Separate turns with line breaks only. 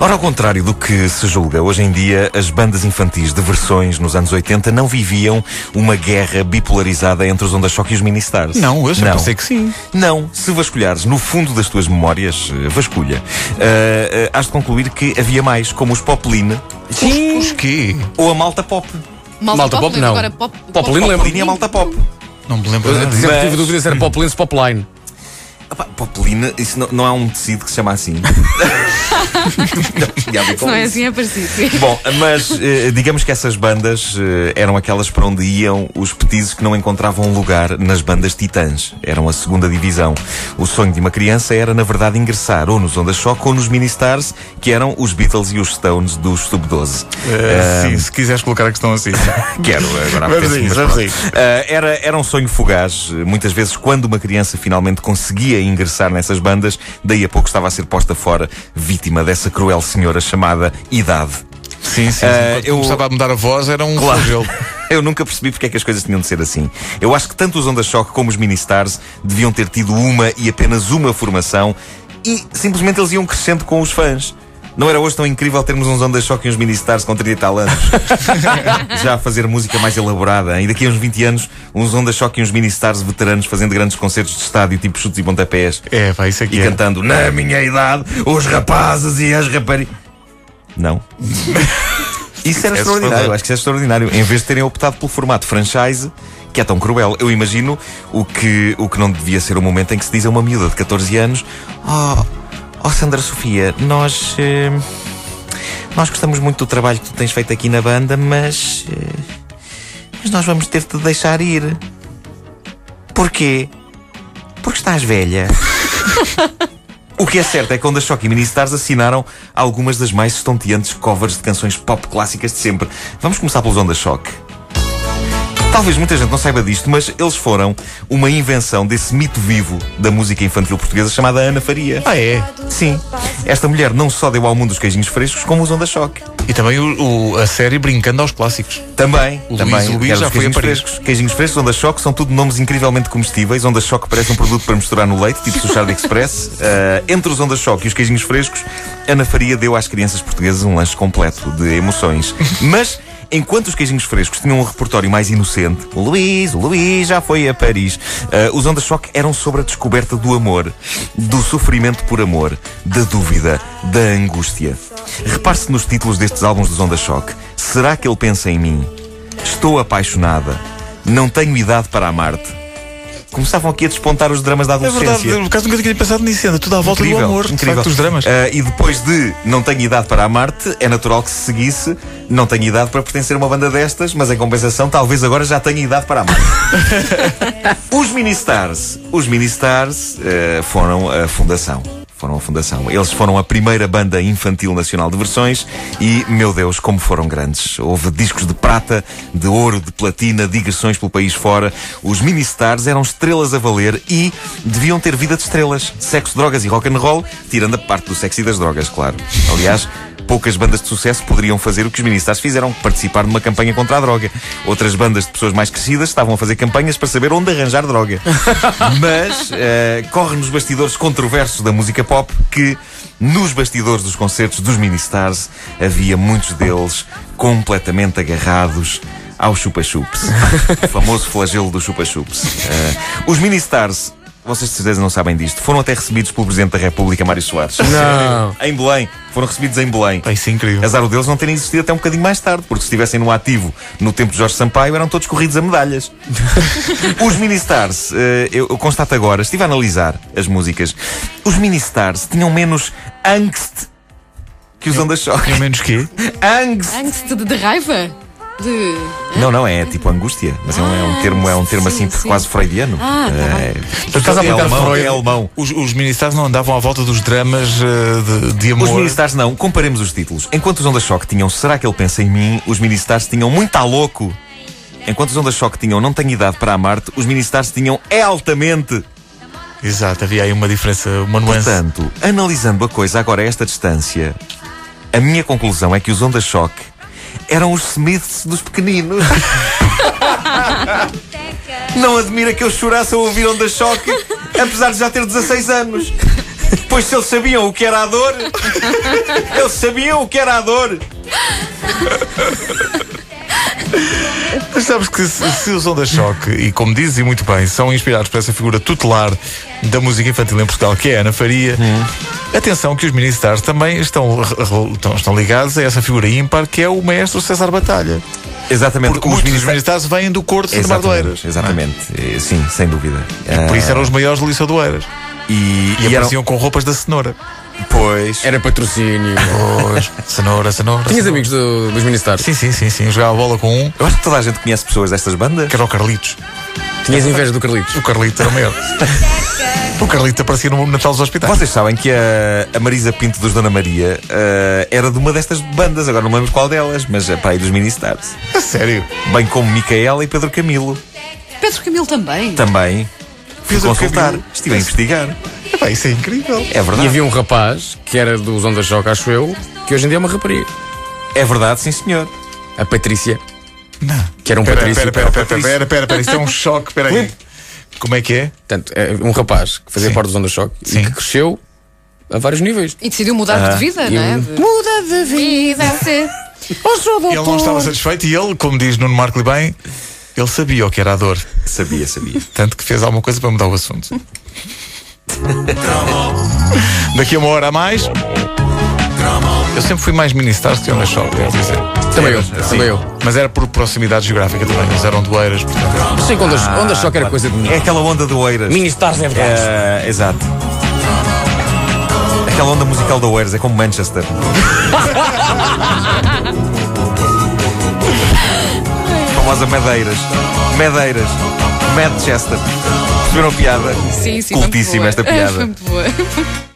Ora, ao contrário do que se julga, hoje em dia as bandas infantis de versões nos anos 80 não viviam uma guerra bipolarizada entre os Onda Choque e os Ministars.
Não, eu sempre pensei que sim.
Não, se vasculhares no fundo das tuas memórias, eh, vasculha, ah, ah, has de concluir que havia mais, como os Popeline
Sim. Os quê?
ou a Malta Pop.
Malta pop, não.
Agora, pop,
Poplin, lembro.
Popeline e a Malta Pop.
Não me lembro.
Eu
nada.
sempre
Mas-
tive dúvidas se era Poplin ou Popline.
Epá, Popeline, isso não, não há um tecido que se chama assim. não, tinha a ver com
Não é
isso.
assim, é parecido.
Bom, mas eh, digamos que essas bandas eh, eram aquelas para onde iam os petizes que não encontravam lugar nas bandas titãs. Eram a segunda divisão. O sonho de uma criança era, na verdade, ingressar ou nos Onda Choque ou nos Ministars, que eram os Beatles e os Stones dos Sub-12.
É,
Eh, sim, se quiseres colocar a questão assim.
Quero agora apetece-me,
Vamos a isso,
mas
vamos
pronto. Ah, era, era um sonho fugaz. Muitas vezes, quando uma criança finalmente conseguia ingressar nessas bandas, daí a pouco estava a ser posta fora, vítima dessa cruel senhora chamada idade.
sim, sim. sim.
É,
Eh,
Quando
eu-
começava a mudar a voz, era um
Claro.
flagelo.
Eu nunca percebi porque é que as coisas tinham de ser assim. Eu acho que tanto os Onda Choque como os Ministars deviam ter tido uma e apenas uma formação e simplesmente eles iam crescendo com os fãs. Não era hoje tão incrível termos uns Onda Choque e uns Ministars com 30 e tal anos? Já a fazer música mais elaborada. E daqui a uns 20 anos, uns Onda Choque e uns Ministars veteranos fazendo grandes concertos de estádio, tipo chutes e pontapés.
É, vai, isso aqui
E
é.
cantando, na minha idade, os rapazes e as raparigas. Não. Isso era extraordinário,
É assustador.
acho que isso é extraordinário. Em vez de terem optado pelo formato franchise, que é tão cruel, eu imagino o que, o que não devia ser o momento em que se diz a uma miúda de 14 anos: Oh, oh Sandra Sofia, nós. eh, nós gostamos muito do trabalho que tu tens feito aqui na banda, mas. eh, mas nós vamos ter de te deixar ir. Porquê? Porque estás velha. O que é certo é que Onda Choque e Ministars assinaram algumas das mais estonteantes covers de canções pop clássicas de sempre. Vamos começar pelos Onda Choque. Talvez muita gente não saiba disto, mas eles foram uma invenção desse mito vivo da música infantil portuguesa chamada Ana Faria.
Ah, é?
Sim, esta mulher não só deu ao mundo os queijinhos frescos, como os Onda Choque.
E também o- o- a série Brincando aos Clássicos.
Também,
O
também.
Luís- o Luís
Quero
já
os
foi a
queijinhos
Paris.
frescos. Queijinhos frescos, Onda Choque, são tudo nomes incrivelmente comestíveis. Onda Choque parece um produto para misturar no leite, tipo Suchard Express. Ah, entre os Onda Choque e os queijinhos frescos, Ana Faria deu às crianças portuguesas um lanche completo de emoções. Mas... Enquanto os queijinhos frescos tinham um repertório mais inocente, o Luís, o Luís já foi a Paris, ah, os Onda Choque eram sobre a descoberta do amor, do sofrimento por amor, da dúvida, da angústia. Repare-se nos títulos destes álbuns dos Onda Choque. Será que ele pensa em mim? Estou apaixonada. Não tenho idade para amar-te. Começavam aqui a despontar os dramas
É
da adolescência.
por acaso nunca tinha pensado nisso, ainda tudo à volta
Incrível,
do amor,
incrível.
de facto, os dramas.
Ah, e depois de Não Tenho Idade para Amar-te, é natural que se seguisse Não Tenho Idade para Pertencer a uma banda destas, mas em compensação, talvez agora já tenha idade para amar. os Ministars. Os Ministars ah, foram a fundação. Foram a fundação. Eles foram a primeira banda infantil nacional de versões e, meu Deus, como foram grandes. Houve discos de prata, de ouro, de platina, digressões pelo país fora. Os Ministars eram estrelas a valer e deviam ter vida de estrelas. Sexo, drogas e rock and roll, tirando a parte do sexo e das drogas, claro. Aliás, poucas bandas de sucesso poderiam fazer o que os Ministars fizeram, participar de uma campanha contra a droga. Outras bandas de pessoas mais crescidas estavam a fazer campanhas para saber onde arranjar droga. Mas eh, corre nos bastidores controversos da música pop que nos bastidores dos concertos dos Ministars havia muitos deles completamente agarrados ao chupa-chups. o famoso flagelo do chupa-chups. Eh, os Ministars, vocês de certeza não sabem disto, foram até recebidos pelo Presidente da República, Mário Soares.
Não.
Em Belém. Foram recebidos em Belém.
Pá, isso é incrível.
Azar o deles não terem existido até um bocadinho mais tarde, porque se estivessem no ativo no tempo de Jorge Sampaio, eram todos corridos a medalhas. os Ministars, eh, eu, eu constato agora, estive a analisar as músicas, os Ministars tinham menos angst que os Onda Choque.
Pelo menos é. quê?
Angst!
Angst de, de raiva? de.
Não, não, é tipo angústia. Mas é um, é um
Ah,
termo, é um termo
sim,
assim
sim.
quase freudiano.
Ah, tá
É-
Mas estás a
é,
aplicar
alemão,
Freud.
é alemão.
Os, os ministérios não andavam à volta dos dramas eh, de, de amor.
Os ministares não, comparemos os títulos. Enquanto os Onda Choque tinham Será que ele pensa em mim? Os ministares tinham Muito a louco. Enquanto os Onda Choque tinham Não tenho idade para amar-te, os ministares tinham É altamente.
Exato, havia aí uma diferença, uma nuance.
Portanto, analisando a coisa agora a esta distância, a minha conclusão é que os Onda Choque eram os Smiths dos pequeninos. Não admira que eu chorasse ao ouvir Onda Choque, apesar de já ter 16 anos. Pois se eles sabiam o que era a dor, eles sabiam o que era a dor.
Mas sabes que se, se os Onda Choque, e como dizes e muito bem, são inspirados por essa figura tutelar da música infantil em Portugal, que é a Ana Faria, atenção que os ministérios também estão, re- re- estão, estão ligados a essa figura ímpar que é o maestro César Batalha.
Exatamente,
Porque muitos dos
ministérios-
ministérios vêm do corte de Mar do Eiras.
Exatamente, exatamente. Eh, sim, sem dúvida. Ah,
Por isso eram os maiores do Liceu do Eiras.
e,
E,
e eram,
apareciam É- com roupas da cenoura.
pois,
Era patrocínio.
Pois, cenoura, cenoura.
Tinhas
cenoura.
amigos do- dos ministérios?
Sim, sim, sim, sim. Eu Jogava bola com um,
eu acho que toda a gente conhece pessoas destas bandas.
que era o Carlitos.
Tinhas inveja do Carlitos?
O Carlitos era o maior. o Carlitos aparecia no Natal dos Hospitais.
Vocês sabem que a, a Marisa Pinto dos Dona Maria eh, era de uma destas bandas, agora não me lembro qual delas, mas é para aí dos Ministars.
A sério.
Bem como Micaela e Pedro Camilo.
Pedro Camilo também.
Também. Fui
Pedro
consultar,
Camilo.
estive a investigar.
Epá, isso é incrível.
É
E
verdade.
havia um rapaz, que era dos Onda Choque, acho eu, que hoje em dia é uma rapariga.
É verdade, sim senhor.
A Patrícia.
Não.
Que era um
pera,
Patrício.
Pera, pera, pera, pera,
Patrício.
pera, pera, pera, isto é um choque, pera aí. Como é que é?
Portanto, é um rapaz que fazia
Sim.
parte dos Onda Choque
Sim.
e que cresceu a vários níveis.
E decidiu mudar de vida, não é?
eu-
De... Muda de vida.
Ele não estava satisfeito e ele, como diz Nuno Marco bem, ele sabia o que era a dor.
Sabia, sabia.
Tanto que fez alguma coisa para mudar o assunto. Daqui a uma hora a mais. Eu sempre fui mais ministrar que eu na shopping, quero dizer.
Também eu,
Sim.
também eu.
Mas era por proximidade geográfica também. Eles eram doeiras, portanto.
Mas sei que Onda, onda Choque era coisa de
É aquela onda do Oeiras.
Ministars Ah, é verdade.
É, exato. Aquela onda musical do Oeiras é como Manchester. Famosa Madeiras. Madeiras. Manchester. Perceberam a piada?
Sim, sim. muito
Cultíssima
boa.
esta piada.
Muito boa.